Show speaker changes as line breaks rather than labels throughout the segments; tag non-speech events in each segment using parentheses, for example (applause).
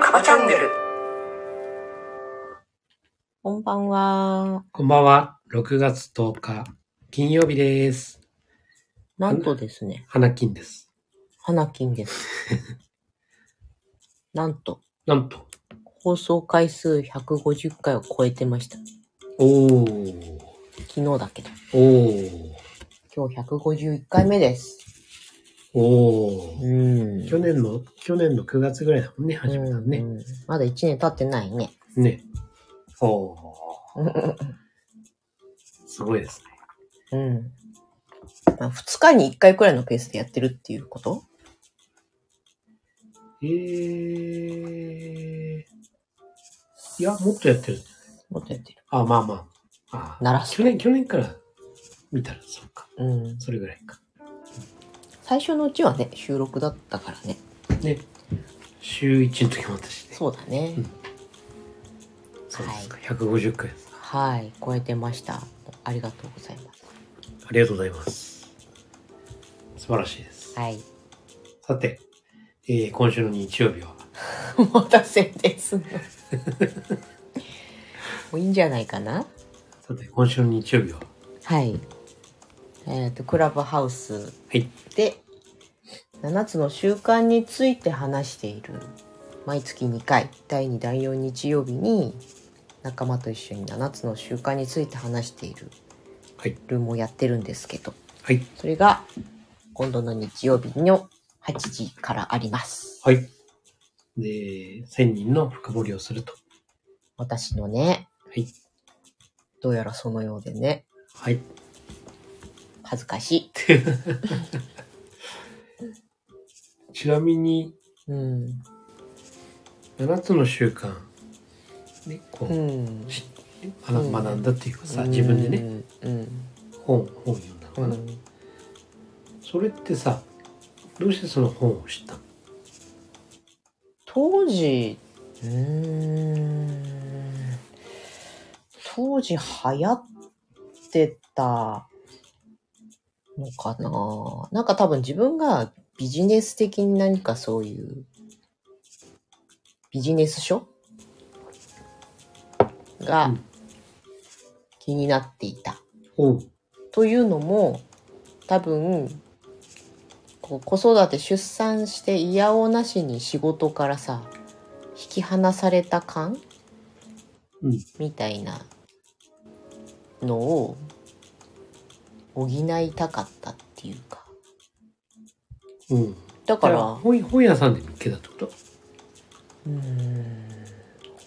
カバチャンネル
こんばんは。
こんばんは。6月10日、金曜日です。
なんとですね、
花金です。
花金 (laughs) です。なんと、
なんと。
放送回数150回を超えてました。
おー。
昨日だけど。
おー。
今日151回目です。
お
う
ー。
ん。
去年の、去年の9月ぐらいだもんね、始めたの
う
ね。
んうんまだ1年経ってないね。
ね。おー。すごいです
う
ね。
ん。まあ、2日に1回くらいのペースでやってるっていうこと
えー。いや、もっとやってる。
もっとやってる。
あ、まあまあ。あ
鳴らす
去年、去年から見たら、そうか。
うん。
それぐらいか。
最初のうちはね、収録だったからね。
ね。週1の時も私ね。
そうだね。
うんそうですか。150回です。
はい、超えてました。ありがとうございます。
ありがとうございます。素晴らしいです。
はい。
さて、えー今週の日曜日は、
もう達成ですんの。もういいんじゃないかな
さて、今週の日曜日は、は
はい。えっ、と、クラブハウス
い、
で、7つの習慣について話している。毎月2回、第2、第4日曜日に、仲間と一緒に7つの習慣について話している
はい、
ルームをやってるんですけど、
はい、
それが、今度の日曜日の8時からあります。
はい。で、1000人の深掘りをすると。
私のね、
はい、
どうやらそのようでね、
はい。
恥ずかしい。
ちなみに、
うん。
7つの習慣、ね、こう、
うん
知って学
うん
ん学んだっていうかさ、自分でね、。
うん。
本、本を読んだのか
う
な。
ん
それってさ、どうしてその本を知ったの
当時、うーん。当時流行ってたのかななんか多分自分がビジネス的に何かそういうビジネス書
う
が
ん
気になっていた。
おう、
というのも多分こう子育て出産して嫌おうなしに仕事からさ引き離された感、
うん
みたいなのを補いたかったっていうか
うん。
だ
だか、
からら
本本屋さんで見つけたってこと
うーん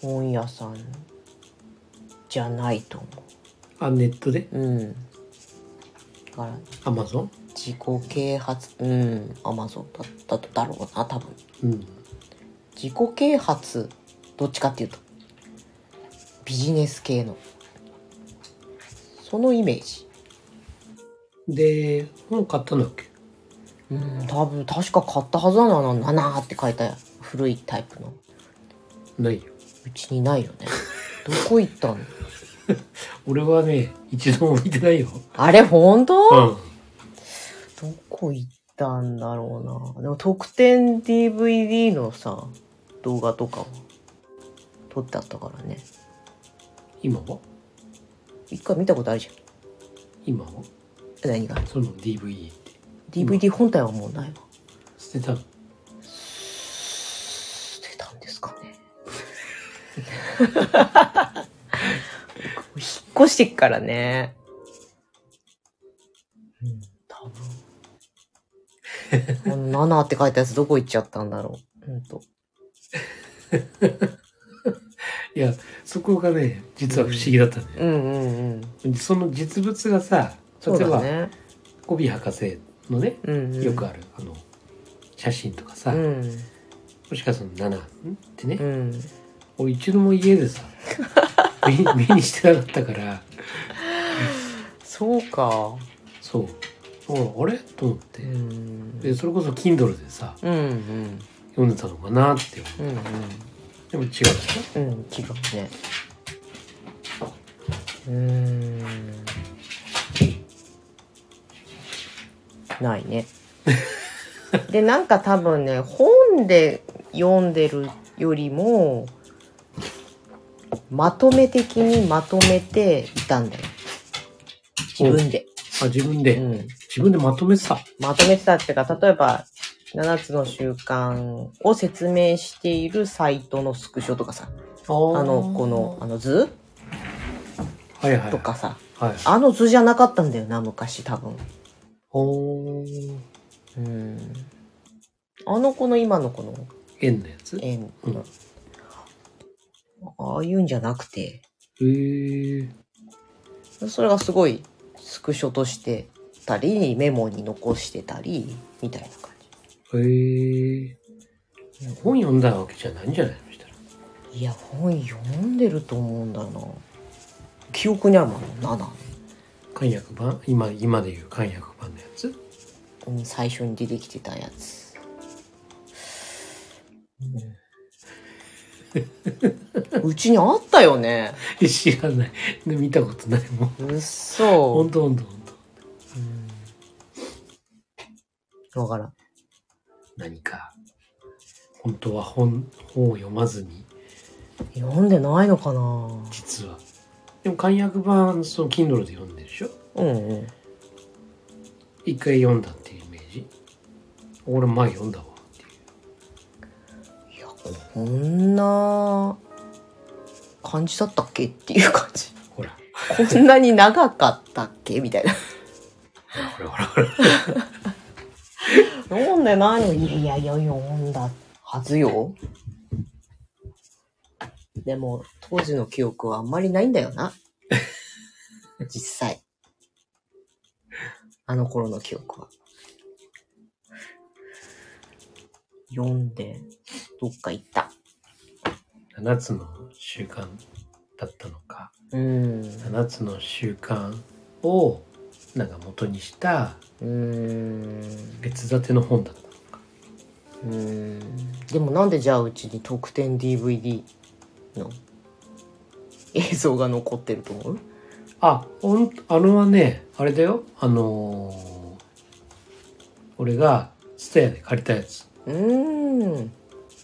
本屋さんじゃないと思
あ、ネットで
う。うん、だから
アマゾン
自己啓発うんアマゾンだっただろうな多分。
うん。
自己啓発どっちかっていうとビジネス系のそのイメージ
で、本買ったんだっけ
うん多分確か買ったはずなのななって書いた古いタイプの
ないよ。
うちにない
(laughs)
よねどこ行ったの
俺はね、一度も見てないよ。
あれ本当、
うん。
どこ行ったんだろうなでも特典 DVD のさ動画とかは撮ってあったからね
今は
一回見たことあるじゃん
今は
え何が
その DVD って。
DVD 本体はもうないわ
捨てたの
捨てたんですかね引っ越してっからね。うん、多分。 (laughs) この7って書いたやつどこ行っちゃったんだろう。ほんと。
いや、そこがね、実は不思議だったね。
うんうんうん。
その実物がさ、
そ
例
う
え
だ
ば、
ね。
コビー博士のね、
うん、うん。
よくある、あの、写真とかさ、
うん。
もしかその7んってね、
うん。
俺一度も家
(laughs)
でさ、目に (laughs) 目にしてなかったから、
そうか。
そう。ああれと思って
う。ん。
で、それこそ Kindle でさ、
うんうん。
読んでたのかなって思う。
うんうん。
でも違うでしょ
うん、違うね。うーん。ないね。で、なんか多分ね、本で読んでるよりも、まとめ的にまとめていたんだよ。自分で。
あ、自分で、
うん。
自分でまとめてた。
まとめてたっていうか、例えば、7つの習慣を説明しているサイトのスクショとかさ、
あ
あ
ー
の、この、あの図
はいはい。
とかさ、
はい。
あの図じゃなかったんだよな、昔多分。
ほー。
うん。あの子の今のこの
円のやつへ
円、
うん
ああいうんじゃなくて、
えー。
それがすごいスクショとしてたり、メモに残してたり、みたいな感
へえー。本読んだわけじゃないんじゃないのそしたら。
じ。いや、本読んでると思うんだよな。記憶にあるもん、7。
漢訳版今、今で言う漢訳版のやつ (laughs)
うん、最初に出てきてたやつ。
(laughs)
うんうちにあったよね。
え知らない。で見たことないも
う
ん。
っ
ほ
そ
ん。とほんとほんと。
わからん。
何か。本当は本、本を読まずに、
読んでないのかな
実は。でも漢訳版、その Kindle で読んでるでしょ
うんうん。
一回読んだっていうイメージ俺前読んだわっていう
いや、こんな感じだったっけっていう感じ。
ほら
こんなに長かったっけみたいな。
ほらほらほら
読んでないのいやいやいや、読んだはずよ。でも、当時の記憶はあんまりないんだよな。実際。あの頃の記憶は。読んで、どっか行った。
7つの習慣だったのか
うん。
7つの習慣をなんか元にした
うん。
別立ての本だったのか
うーんでもなんでじゃあうちに特典 DVD の映像が残ってると思う
あほんあれはねあれだよあのー俺がスタヤで借りたやつ
うーん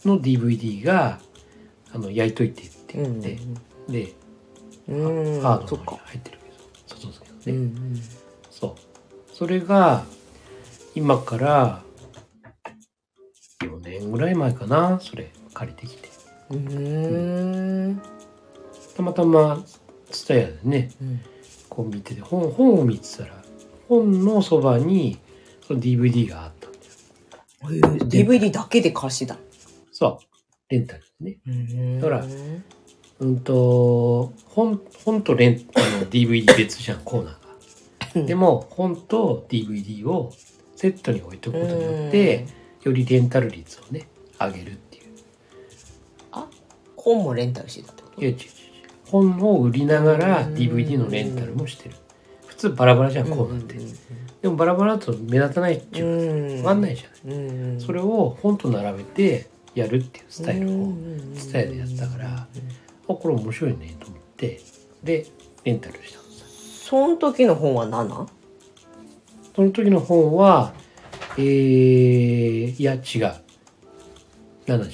の DVD があの焼いといてって言って、で
うんうん
ハード
そ
の
っ
方
か
に入ってるけどそうそうです
う
け
ん
ど
う
ね、
ん
そう。それが、今から、4年ぐらい前かな、それ、借りてきて。
うーん
たまたま、ツタヤでね、
うん
こう見てて、本、本を見てたら、本のそばに、その DVD があったんだよ。
えー DVD だけで貸しだ
そう。レンタルでね。ほ
ほ
らうんと、本、本とレン、あの DVD 別じゃん、コーナー
う
が。
ん
でも、本と DVD をセットに置いとくことによって、よりレンタル率をね、上げるっていう。
本もレンタルしてたってこと
いや違う違う違う本を売りながら
うん
DVD のレンタルもしてる普通バラバラじゃんこうなんて、でもバラバラだと目立たないっていう
分
分かんないじゃない、
い
それ
を
を本と並べてやるっていうスタイルをスタイルでやったからあこれ面白いねと思ってでレンタルしたのさ
その時の本は 7?
その時の本はえー、いや違う7じゃない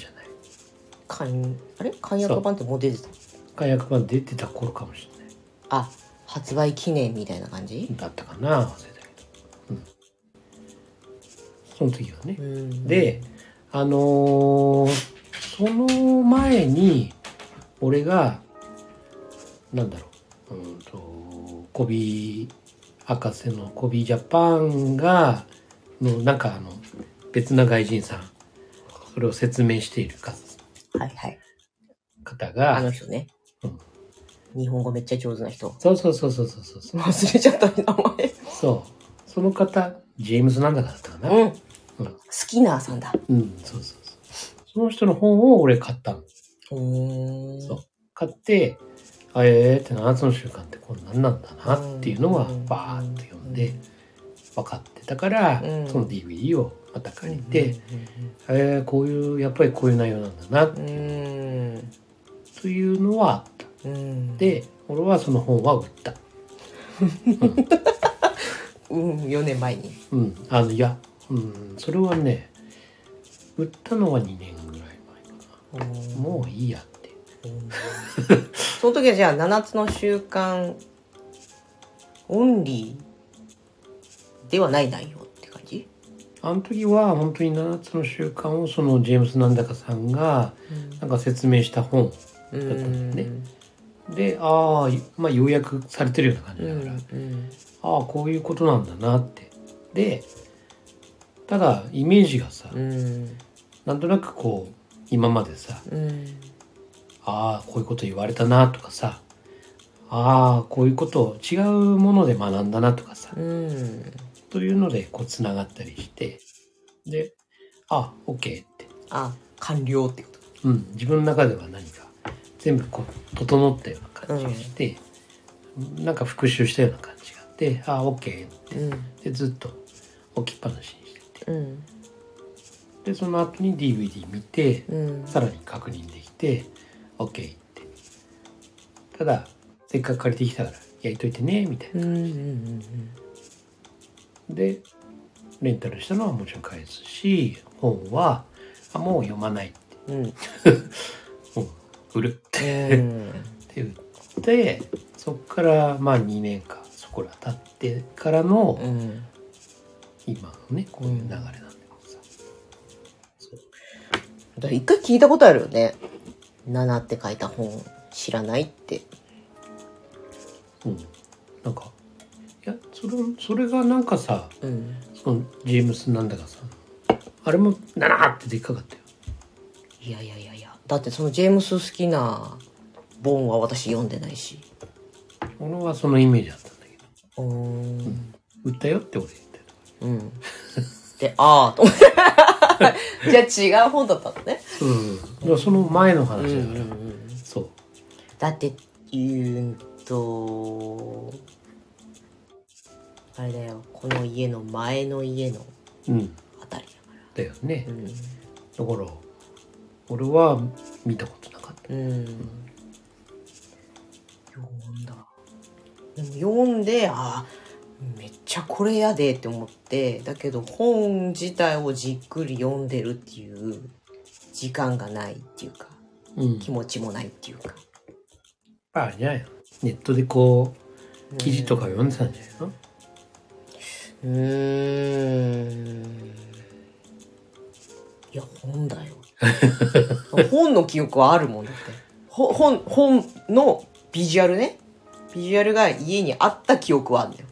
かんあれ解約版ってもう出てた
解約版出てた頃かもしれない
あ発売記念みたいな感じ、
だったかな忘れたけど、うん、その時はね、
うん
で、あのーその前に俺がなんだろううんとコビ博士のコビジャパンがのなんかあの別な外人さんそれを説明している方
はいはい
方
あの
が
人ね、
うん
日本語めっちゃ上手な人
そうそうそうそうそうそうそう
忘れちゃった名
そうその方ジェームズなんだかだったかな、
前うん
うん
スキナーさんだ
うん、そうそうそうその人の本を俺買ったの
うん
そう買って、あえーって7つの習慣ってこんなんなんだなっていうのはバーっと読んで分かってたから、
うん
その DVD をまた借りて、えーこういうやっぱりこういう内容なんだな
うんうん
というのはあった
うんうん
で俺はその本は売った。
うん、4年前に。
うん、あのいや、うん、それはね売ったのは2年ぐらい前かなもういいやって
その時はじゃあ7つの習慣オンリーではない内容って感じ、
あの時は本当に7つの習慣をそのジェームス・なんだかさんがなんか説明した本
うん、
だったんだよねでああまあ要約されてるような感じだから、あ
うん
あこういうことなんだなってでただイメージがさ、
うん
なんとなくこう今までさ
うん
ああこういうこと言われたなとかさああこういうことを違うもので学んだなとかさ
うん
というのでこうつながったりしてであ OK って、
あ完了ってこと
うん、自分の中では何か全部こう整ったような感じがして、なんか復習したような感じがあってあ OK って
うん
でずっと置きっぱなしにしてて
うん
でその後に DVD 見て
うん
さらに確認できて OK ってただせっかく借りてきたから焼いといてねみたい
うんう
な、
ん
でレンタルしたのはもちろん返すし本はあもう読まないって
うんうん
もう売るっ
うん
て売ってそっからまあ2年かそこら経ってからの
うん
今のねこういう流れなんだけどさ、
だから一回聞いたことあるよね「7」って書いた本知らないって
うん、なんかいやそれそれがなんかさ
うん
そのジェームスなんだかさあれも「7!」ってでっかかったよ
いやいやいやいやだってそのジェームス好きなボンは私読んでないし
俺はそのイメージだったんだけど
うーん
売ったよって俺言ってた
うんでああと思 (laughs) ってじゃあ違う本だったのね
うんだからその前の
うん
話だから、そう
だって言うとあれだよこの家の前の家の
うん
あたり
だよね
だ、から
だから俺は見たことなかった
うん、うん、読んだでも読んであーめっちゃこれやでって思ってだけど本自体をじっくり読んでるっていう時間がないっていうか
うん
気持ちもないっていうか
あれじゃないのネットでこう記事とか読んでたんじゃないの、
うーんいや本だよ (laughs) 本の記憶はあるもんだってほ本本のビジュアルねビジュアルが家にあった記憶はあるんだよ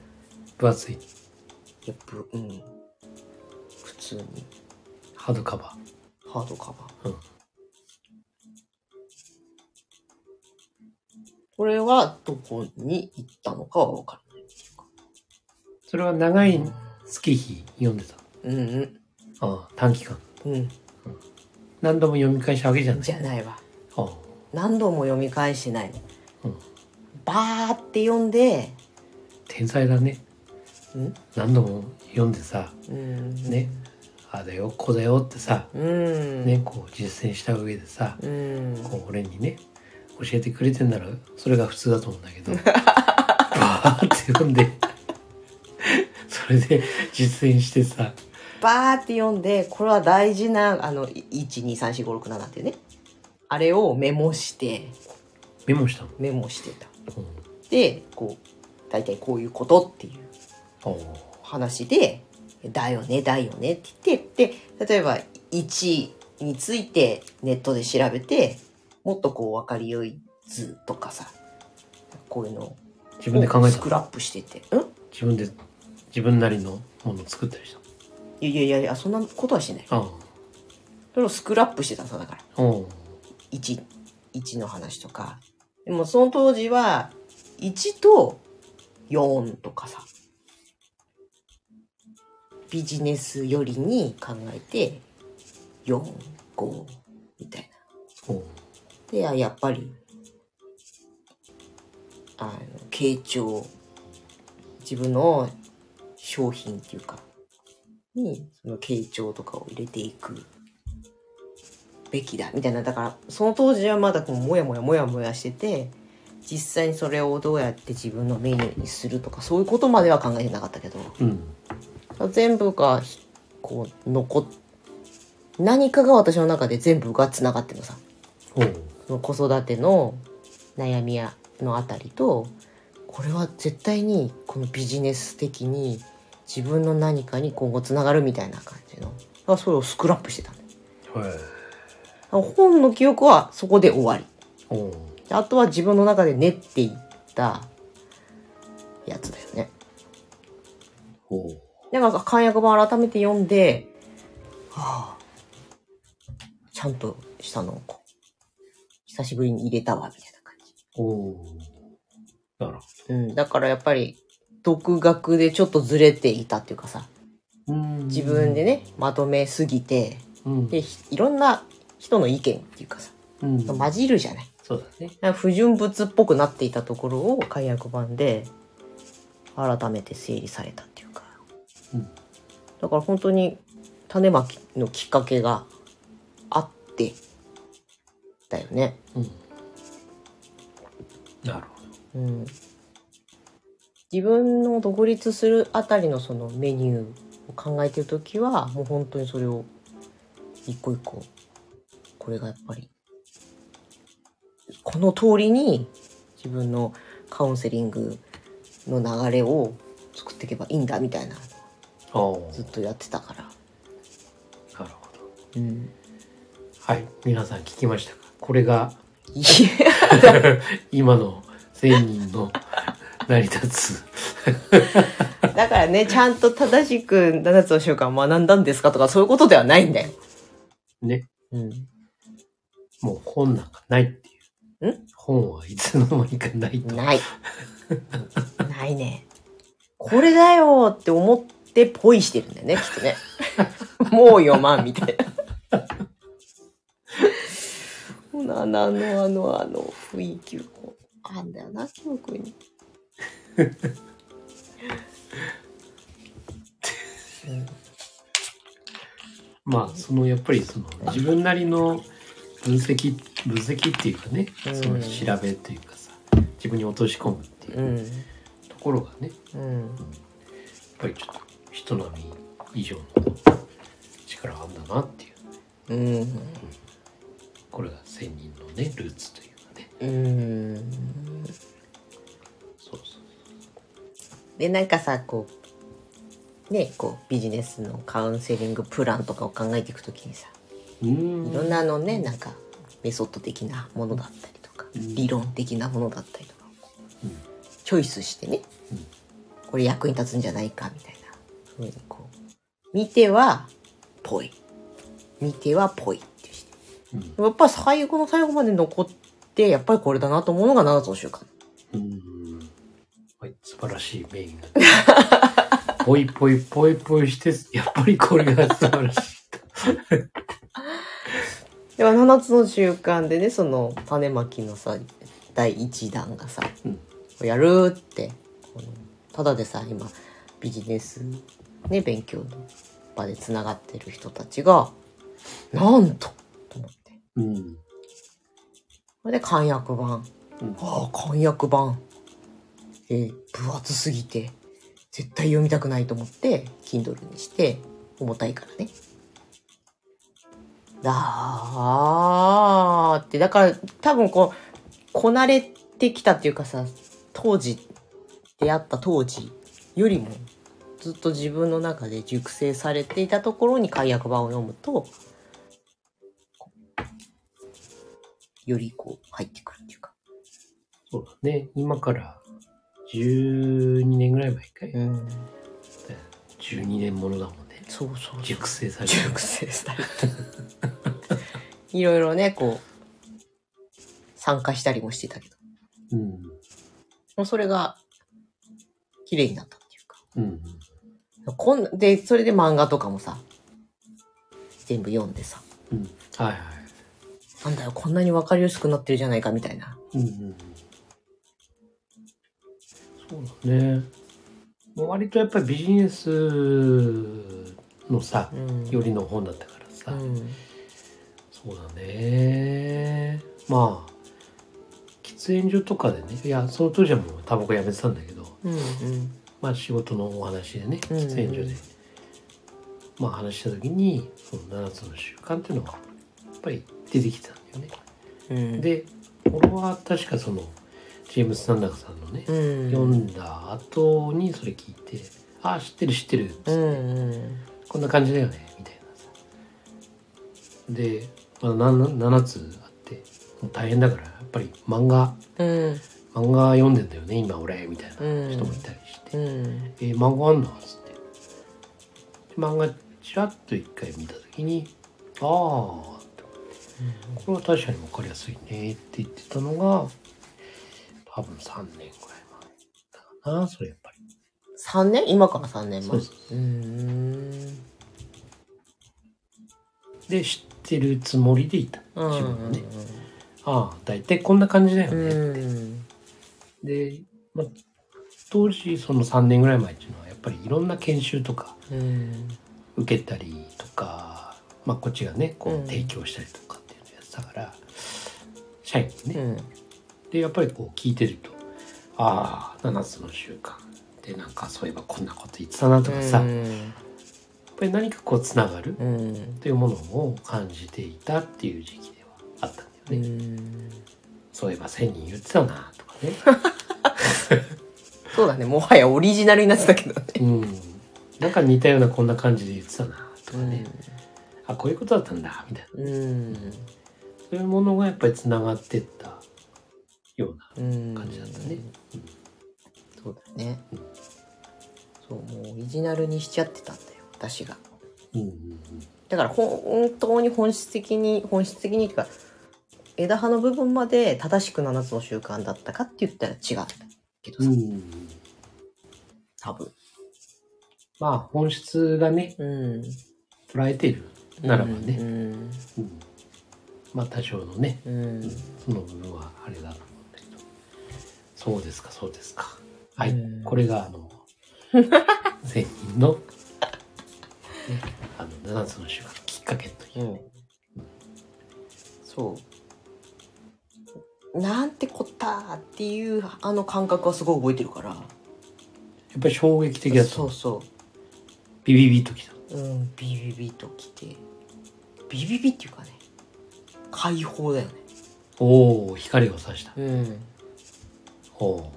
分厚い
やっぱうん普通に
ハードカバ
ハードカバー、
うん
これはどこに行ったのかは分からないっていうか
ーそれは長い月日読んでた
うん
ああ短期間
うん
何度も読み返したわけじゃ
うん
ない
じゃないわ
ああ
何度も読み返してないの、
うん
バーって読んで、
天才だね
うん
何度も読んでさ
うん
ねああだよこうだよってさ、
うん
ねこう実践した上でさ
うん
こう俺にね教えてくれてんならそれが普通だと思うんだけどバーって読んでそれで実践してさ
バーって読んでこれは大事なあの123456っていうねあれをメモして
メモしたの、
メモしてた
うん、
でこう大体こういうことっていう
おお
話で「だよねだよね」って言ってで例えば1についてネットで調べてもっとこう分かりよい図とかさこういうのを
自分で考え
ス
た
ク
の
ラップしてて「ん
自分で自分なりのものを作ったりし
いやいやいやいやそんなことはしてない
たの
それをスクラップしてたんさだから
ああお
1 1の話とかでもその当時は1と4とかさビジネスよりに考えて45みたいな
おお
であやっぱりあの傾聴自分の商品っていうかにその傾聴とかを入れていくべきだみたいなだからその当時はまだこうモヤモヤモヤモヤしてて実際にそれをどうやって自分のメニューにするとかそういうことまでは考えてなかったけど
うん
全部がこう残っ何かが私の中で全部がつながってるのさ
ほう
その子育ての悩みやのあたりとこれは絶対にこのビジネス的に自分の何かに今後つながるみたいな感じのだからそれをスクラップしてたの
はい
本の記憶はそこで終わり
ほう
あとは自分の中で練っていったやつだよね。
ほう
で、まあ、簡約版改めて読んで、はあ、ちゃんとしたのをこう、久しぶりに入れたわ、みたいな感じ。
ほうなるほ
うん、だからやっぱり、独学でちょっとずれていたっていうかさ、
どうん
自分でね、まとめすぎて、
うん
で、ひいろんな人の意見っていうかさ、
うん
混じるじゃない。
そうだね
不純物っぽくなっていたところを解約版で改めて整理されたっていうか、
うん
だから本当に種まきのきっかけがあってだよね、
うんなるほど
うん、自分の独立するあたりのそのメニューを考えてる時はもう本当にそれを一個一個これがやっぱりこの通りに自分のカウンセリングの流れを作っていけばいいんだみたいな
お
ずっとやってたから、
なるほど
うん、
はい皆さん聞きましたかこれが (laughs)
いや
今の千人の成り立つ
だからねちゃんと正しく7つの習慣を学んだんですかとかそういうことではないんだよ。
ね
うん、
もう本なんかないっていうん本はいつの間にかないと
ない。ないね。これだよって思ってポイしてるんだよね、きっと (laughs) ね。もう読まんみたいな。あの、あの、あの、あの雰囲気をこうあんだよな、記憶に。
まあそのやっぱりその自分なりの分析分析っていうかね、
うん。
その調べというかさ自分に落とし込むっていううんところがね、やっ
うん。
ぱりちょっと人並み以上の力があるんだなっていう
うん。
これが千人のねルーツというかね
うん。
そうそう
で、なんかさ、こう、ね、こう、ビジネスのカウンセリングプランとかを考えていくときにさ、
うーん
いろんなあのねなんかメソッド的なものだったりとか、
うん
理論的なものだったりとか、
うん
チョイスしてね、
うん
これ役に立つんじゃないかみたいなふうにこう見てはぽい見てはぽいっていうし
うん
やっぱり最後の最後まで残ってやっぱりこれだなと思うのが7つの習慣
うーんはい素晴らしいメインがポイポイポイポイしてやっぱりこれが素晴らしい
では7つの習慣でねその種まきのさ第1弾がさ、
うん
こうやるってこのただでさ今ビジネスね勉強の場でつながってる人たちがなんとと思って
うん
それで簡約版、
うん
ああ簡約版えー分厚すぎて絶対読みたくないと思って Kindle にして重たいからねだーってだから多分こうこなれてきたっていうかさ当時出会った当時よりもずっと自分の中で熟成されていたところに解約版を読むとよりこう入ってくるっていうか。
そうだね今から12年ぐらい前かい、
うん、
12年ものだもんね
そうそうそう
熟成されてる
熟成されていろいろねこう参加したりもしてたけど
うん
もうそれが綺麗になったっていう
うん
かこんでそれで漫画とかもさ全部読んでさ
うんはいは
なんだよこんなに分かりやすくなってるじゃないかみたいない
うんうんそうだねもう割とやっぱりビジネスのさ
うん
よりの本だったからさ、
うん
そうだねまあき喫煙所とかでねいやその当時はもうタバコやめてたんだけど
うんうん
まあ仕事のお話でね
うん
喫煙所で、まあ話した時にその7つの習慣っていうのがやっぱり出てきたんだよね。
うん
で俺は確かそのジェームス・サンダーさんのね、
うん
読んだ後にそれ聞いて「ああ知ってる知ってる」
うんうん
こんな感じだよねみたいなさで、まあ、なな7つあってもう大変だからやっぱり漫画
うん
漫画読んでんだよね今俺みたいな
うん
人もいたりして「
うん
えー漫画あんの?」っつってで漫画ちらっと一回見た時に「ああ」ってこれは確かに分かりやすいねって言ってたのが多分3年ぐらい前だかなそれやっぱり
3年今から3年
そ
前
う
う
そう
ーん
で知ってるつもりでいた
うん
自分はね、ああ大体こんな感じだよ
う
ね、
ん
で、まあ、当時その3年ぐらい前っていうのはやっぱりいろんな研修とか
うん
受けたりとか、まあ、こっちがねこ
うん
う提供したりとかっていうのやってたから、社員に
う
ね、
ん
でやっぱりこう聞いてると「ああ7つの習慣」でなんかそういえばこんなこと言ってたなとかさ、
う
やっ
ん
ぱり何かこうつながる
うん
というものを感じていたっていう時期ではあったんだ
う
よね、
ん
そういえば1,000人言ってたなとかね (laughs)
そうだねもはやオリジナルになってたけどね
うん、なんか似たようなこんな感じで言ってたなと
う
かね、あこういうことだったんだみたいなん
うん
そういうものがやっぱりつながってったような
うん
感じだったね、
そうだねそうもうオリジナルにしちゃってたんだよ私が
うんうんうん
だからほん本当に本質的に本質的にっていうか枝葉の部分まで正しく7つの習慣だったかって言ったら違うけど
うん
さ、多
うん、
分
まあ本質がね
うん
捉えているならばね、
う
うん
ん
まあ多少のね
うん、
その部分はあれだと思うんだけどそうですかそうですかはい、
うん
これがあ (laughs) の千人の,、ね、あの7つの習慣のきっかけという、
うん、そうなんてこったっていうあの感覚はすごい覚えてるから
やっぱり衝撃的だった
そうそ
ビビビッときた
う、うん、ビビビときてビビビっていうかね解放だよね
おお光を差した
うん
おお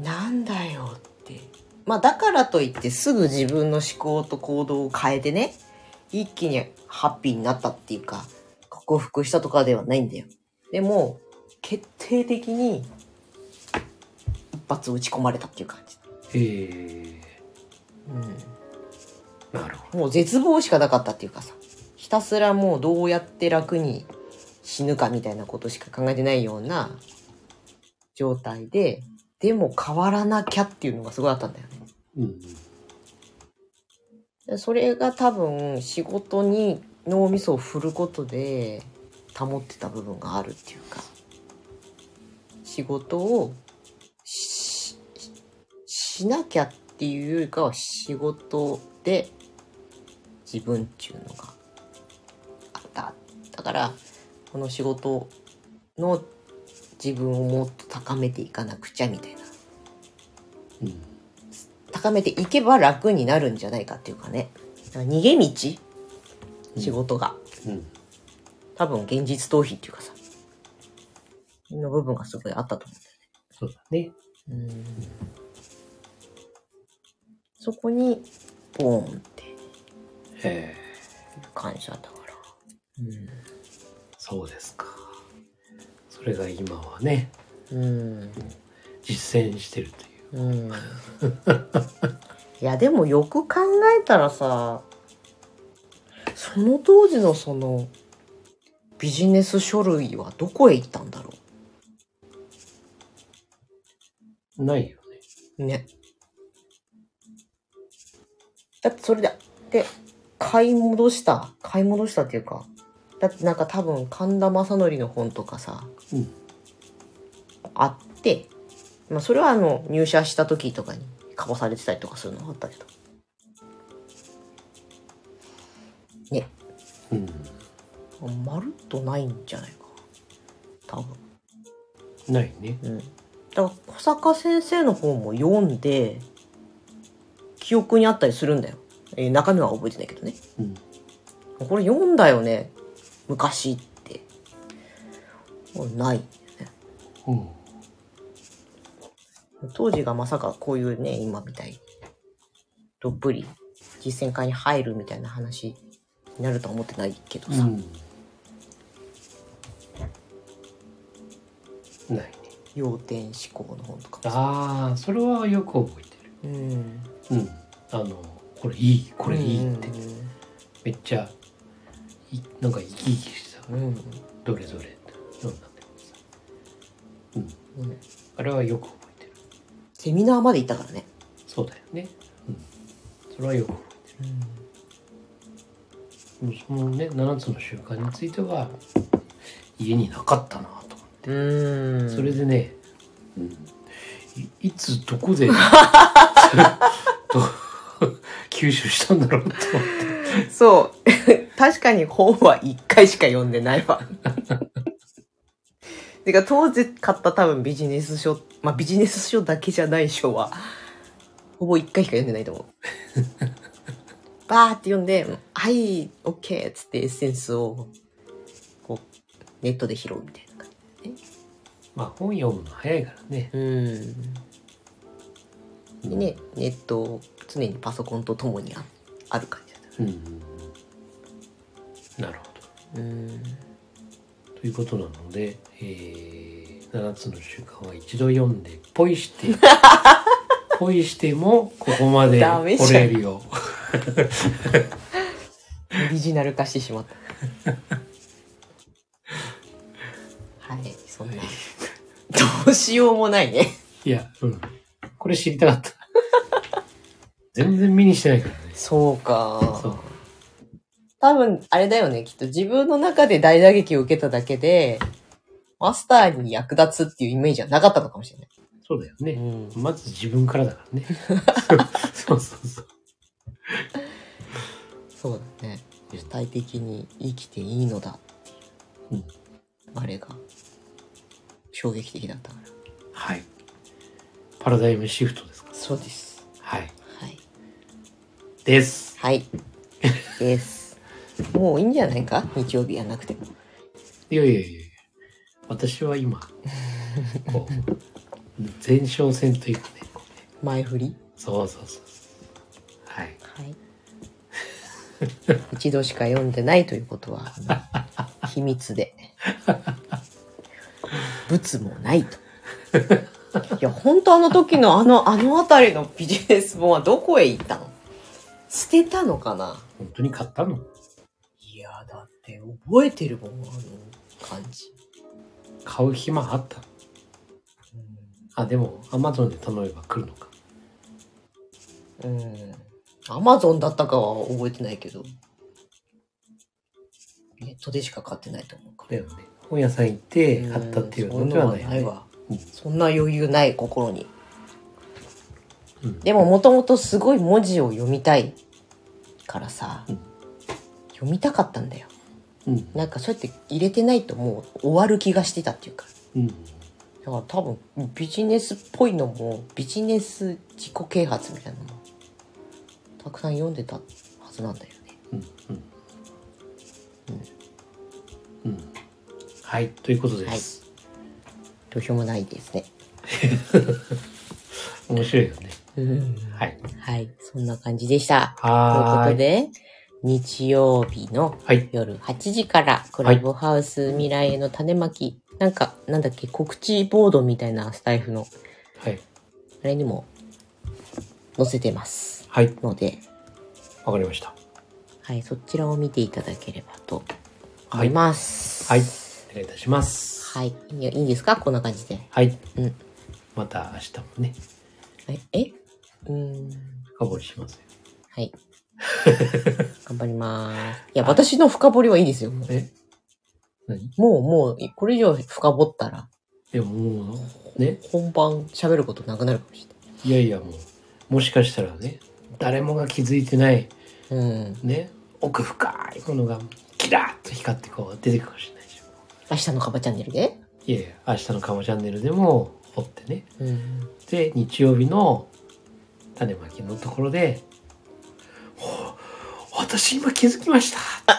なんだよって。まあだからといってすぐ自分の思考と行動を変えてね、一気にハッピーになったっていうか、克服したとかではないんだよ。でも、決定的に一発打ち込まれたっていう感じ。
へえなるほ
もう絶望しかなかったっていうかさ、ひたすらもうどうやって楽に死ぬかみたいなことしか考えてないような状態で、でも変わらなきゃっていうのがすごいあったんだよね。
ど、うん、
それが多分仕事に脳みそを振ることで保ってた部分があるっていうか仕事をしししなきゃっていうよりかは仕事で自分っていうのがあっただからこの仕事の自分をもっと高めていかなくちゃみたいな
うん、
高めていけば楽になるんじゃないかっていうかねだから逃げ道仕事が、
うん
多分現実逃避っていうかさの部分がすごいあったと思
そうだね
うんだよねそこにボーンっていう
へえ
感じだったから
そうですかそれが今はね
うん
実践してるという
うん (laughs) いやでもよく考えたらさその当時のそのビジネス書類はどこへ行ったんだろ
ないよね
うねだってそれでで買い戻した買い戻したっていうかだってなんか多分神田正則の本とかさ、
うん
あって、まあ、それはあの入社した時とかにかぼされてたりとかするのはあったけど
うん
まるっとないんじゃないかな多分
ないね。
うん、だから小坂先生の本も読んで記憶にあったりするんだよ、えー中身は覚えてないけどね
うん。
これ読んだよね昔ってない
うん。
当時がまさかこういうね今みたいにどっぷり実践会に入るみたいな話になるとは思ってないけどさ、
うん、ないね。
要点思考の本とかさ
ああ、それはよく覚
う
え
ん
てる。うん。あの、これいい、これいいって、めっちゃ、いなんか生き生きしてた。
うんうん
どれどれって読んだんだけどさ。うん。
うん
あれはよく覚えてる。
セミナーまで行ったからね
そうだよね。うん。それはよく覚えてる。もうそのね、7つの習慣については、家になかったなと思って。
うん
それでね、いいつ
(laughs)
どこでど吸収したんだろうと思って
そう (laughs) 確かに本は1回しか読んでない (laughs) わてか当時買った多分ビジネス書まあビジネス書だけじゃない書はほぼ1回しか読んでない (laughs) と思うバーって読んで「はいオッケーっつってエッセンスをこうネットで拾うみたいな感
まあ本読むの早いからね
じうんでねネット常にパソコンとともにあある感じだっ
うんなるほ
たうん
どということなので、えー、7つの習慣は一度読んでポ
(laughs)
イしてポイしてもここまで
ダメじゃん
来れるよ
オリジナル化してしまった。 (laughs) はい、そんな。どうしようもないね。
いや、うん、これ知りたかった
(laughs)
全然身にしてないからね
そう
そ
か。
う
多分、あれだよね。きっと自分の中で大打撃を受けただけで、マスターに役立つっていうイメージはなかったのかもしれない。
そうだよね、
うん
まず自分からだから (laughs) ね。そうそうそう。
そうだね。主体的に生きていいのだっていう。あれが、衝撃的だったから。
はい。パラダイムシフトですか。
そうです。
はい。
はい。
です。
はい。 (laughs) です。もういいんじゃないか日曜日やなくても。
いやいやいやいや私は (laughs) 今、こう、前哨戦というかね、こうね
前振り
そうそうそう。はい。
はい。 (laughs) 一度しか読んでないということは、あの秘密で。物もないと。いや、本当あの時のあの、あの辺りのビジネス本はどこへ行ったの捨てたのかな
本当に買ったの
いや、だって覚えてるもん、あの感じ。
買う暇あったあ、でも、アマゾンで頼めば来るのか。
うん。アマゾンだったかは覚えてないけど、ネットでしか買ってないと思うから
だ。よね。本屋さん行って
うん
買ったっていうのではない,、
そんのはないわ
うん
そんな余裕ない心に。
うん
でももともとすごい文字を読みたいからさ、
うん
読みたかったんだよ。
うん。
なんかそうやって入れてないともう終わる気がしてたっていうか。
うん。
だから多分ビジネスっぽいのもビジネス自己啓発みたいなのもたくさん読んでたはずなんだよね。
うんうんうんうんはいということです、
どうしようもないですね。
面白いよねはい
はい、そんな感じでした。というこ
はー
と
い
で、日曜日の
はい
夜8時からクラブハウス未来への種まき、なんかなんだっけ告知ボードみたいなスタイフの
はい
あれにも載せてます
はい
ので、
わかりました
はい、そちらを見ていただければと思います。
はいお願いいたします
はい。いやいいですかこんな感じで。
はい、
うん
また明日もね
はいえうーん。
深掘りしますよ (laughs)
はい。頑張ります。いや、私の深掘りはいいですよ。も
え何
う、もう、これ以上深掘ったら、
でももうね
本番喋ることなくなるかもし
いやいやもうもしかしたらね誰もが気づいてない
れない。うん。
ね奥深いものがキラッと光ってこう出てくるかもしれないじゃん
明日のカバチャンネルで
いやいや明日のかもチャンネルでも掘ってね
うん。
で日曜日の種まきのところで「ほう私今気づきました!」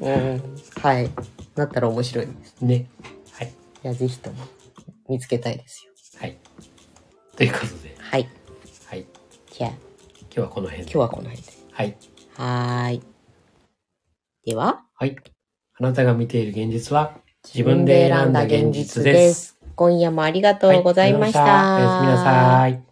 うん。はい。なったら面白い。い
ねはい
や、ぜひとも見つけたいですよ。
はいということで、
はい。
はい、今
じゃあ、
日はこの辺
今
で
日はこの辺で。
はい
はーい。では、
はいあなたが見ている現実は自分で選んだ現実です。
今夜もありがとうございました。
はいありがとうございましたおやすみなさい